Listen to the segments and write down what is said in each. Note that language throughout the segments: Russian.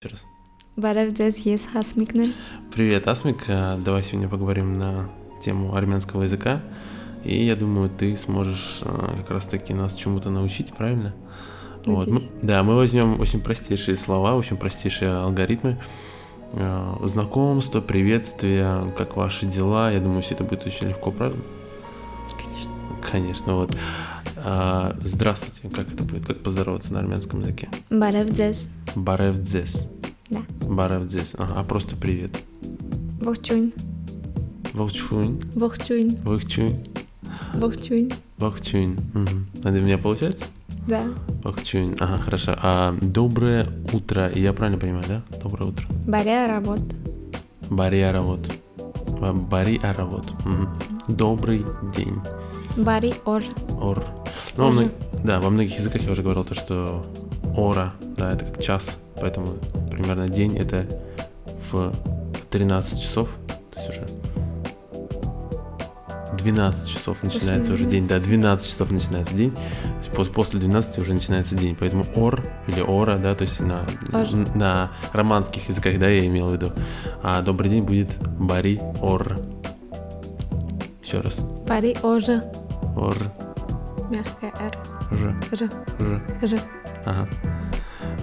Еще раз. Բարև ձեզ, ես Հասմիկն եմ։ Привет, Асмик. Э, Давай сегодня поговорим на тему армянского языка. И я думаю, ты сможешь э, как раз-таки нас чему-то научить, правильно? мы- Надеюсь. да, мы возьмем очень простейшие слова, очень простейшие алгоритмы. Э, Знакомство, приветствие, как ваши дела. Я думаю, все это будет очень легко, правильно? Конечно. Конечно, вот. А, Здравствуйте. Как это будет? Как поздороваться на армянском языке? Բարև ձեզ։ Барев дзес. Да. Барев дзес. Ага, а просто привет. Ողջույն, Волчхунь. ողջույն, Волчхунь. ողջույն։ Вахчунь. Надо у меня получается? Да, Вахчунь. Ага, хорошо. А, доброе утро. Я правильно понимаю, да? Доброе утро. բարև работ, Бари Аравот. А, Бари Аравот. Мгм. Добрый день. բարի օր, Ор. Ну, во Ага. мног- да, во многих языках я уже говорил то, что ора, да, это как час, поэтому примерно день это в 13 часов, то есть уже 12 часов начинается уже день, да, 12 часов начинается день, то есть пос- после 12 уже начинается день, поэтому ор или ора, да, то есть на, Ор. н- на романских языках, да, я имел в виду, а добрый день будет бари ор. Еще раз. բարի օրը, Ор. мягкая р, Ж. ր, Ж. ր, Ага.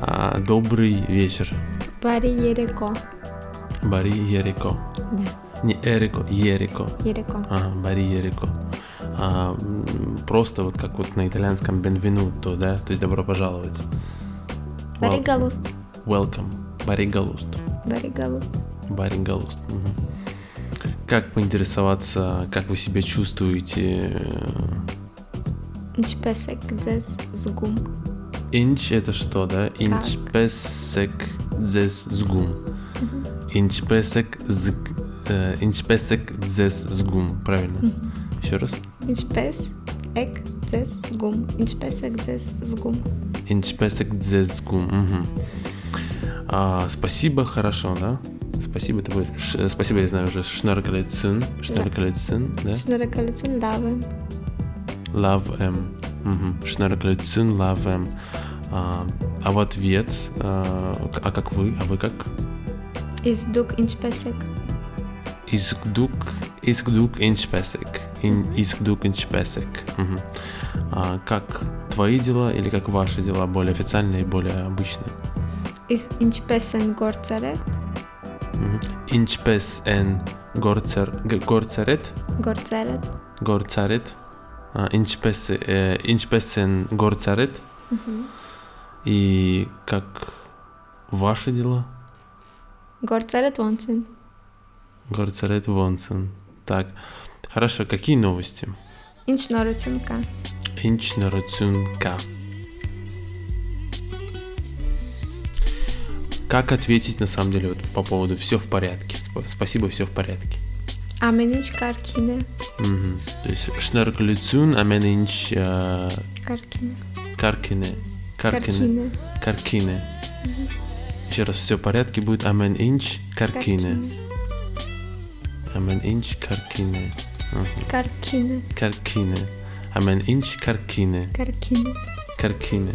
А, добрый вечер. բարի երեկո, Бари Ерико. да, Не Эрико, Ерико. երեկո, Ага, Бари Ерико. А, м, просто вот как вот на итальянском бенвенуто, да? То есть добро пожаловать. բարի Wel- գալուստ, Welcome. Бари Галуст. բարի գալուստ, Бари Галуст. Мгм. Как поинтересоваться, как вы себя чувствуете? э, ինչպես եք ձեզ զգում, Инч это что, да? Инч песек дзес згум. Инчпесек зг... э, Инчпесек дзес згум, правильно? Еще раз. ինչպես եք ձեզ զգում, ինչպես եք ձեզ զգում, Инчпесек дзес згум. мгм. А, спасибо, хорошо, да? Спасибо, ты будешь... ш- спасибо, я знаю уже. Шнаркалецин. Шнаркалецин, да? շնորհակալություն լավ եմ, Love M. Мгм. Шнаркалецин, love M. А, а в ответ, а, а как вы? А вы как? իսկ դուք ինչպես եք, Искдук, искдук инчпесек. Ин, искдук инчпесек. Мгм. А как твои дела или как ваши дела более официальные и более обычные? իսկ ինչպես են գործերը, Мгм. Инчпес эн горцер, г- горцарет? գործերը, Горцарет. А, Инчпес, э, инчпес эн горцарет. И как ваши дела? գործերը ոնց են Горцарет вонсен. Так, хорошо, какие новости? Ինչ նորություն կա։ Ինչ նորություն կա։ Как ответить на самом деле вот по поводу все в порядке? Сп- Спасибо, все в порядке. Ամեն ինչ կարքին է, Мгм. То есть «А шнарклюцун аменинч կարքին է, э, каркине. Каркине. կարքին է, Каркине. Еще раз, все в порядке будет амен инч каркине. Амен инч каркине. Կարքին է, Каркине. Амен инч каркине. կարքին է, Каркине.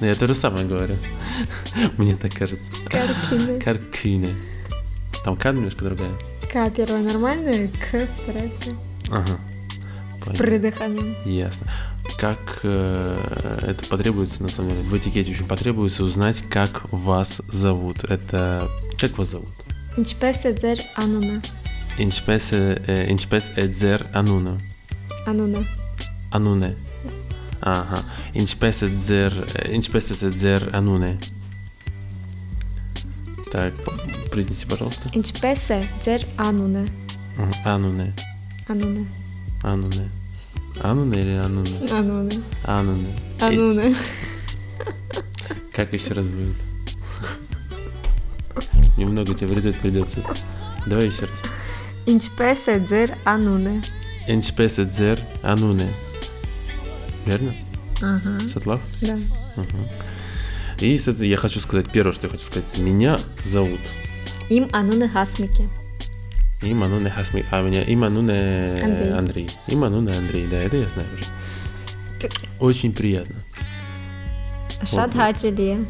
Ну, я то же самое говорю. Мне так кажется. կարքին է։ Каркины. Там К немножко другая. Ка первое нормальное, к второе «к». Ага. с Понятно. придыханием. Ясно. Как э, это потребуется, на самом деле, в этикете очень потребуется узнать, как вас зовут. Это... Как вас зовут? Ինչպես է ձեր անունը։ Инчпес э, э, инчпес Эдзер Ануна. Անունը։ Ануне. Ага. Инчпес Эдзер... э, Инчпес Эдзер Ануне. Так, п- произнесите, пожалуйста. Ինչպես է ձեր անունը։ Мгм. Ануне. Անունը։ Ануне. Ануне или Ануне? Անունը։ Ануне. Э, Անունը։ Как еще раз будет? Немного тебе врезать придется. Давай еще раз. Ինչպես է ձեր անունը։ Энчпеса дзер ануне. Верно? Ահա, Шатлав? да։ И, кстати, я хочу сказать первое, что я хочу сказать. Меня зовут Իմ անունը Հասմիկ է։ Им Ануне Хасми. А меня им Ануне Андрей. Андрей. Им Ануне Андрей. Да, это я знаю уже. Ты- Очень приятно. Շատ հաճելի է։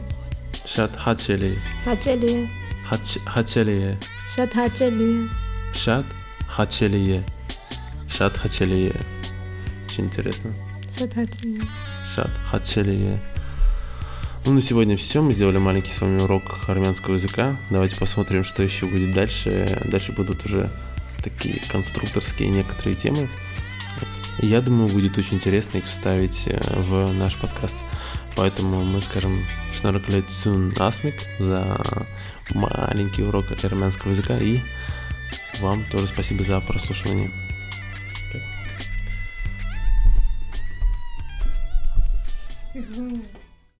Szat haceli. Haceliye. Hac- Haceliye. Şat haceliye. Szat haceliye. Szat haceliye. Очень интересно. Şat haceliye. Шат Хачелие. э, Ну, на сегодня все. Мы сделали маленький с вами урок армянского языка. Давайте посмотрим, что еще будет дальше. Дальше будут уже такие конструкторские некоторые темы. Я думаю, будет очень интересно их вставить э, в наш подкаст. Поэтому мы скажем шнарклецун асмик за маленький урок армянского языка. И вам тоже спасибо за прослушивание.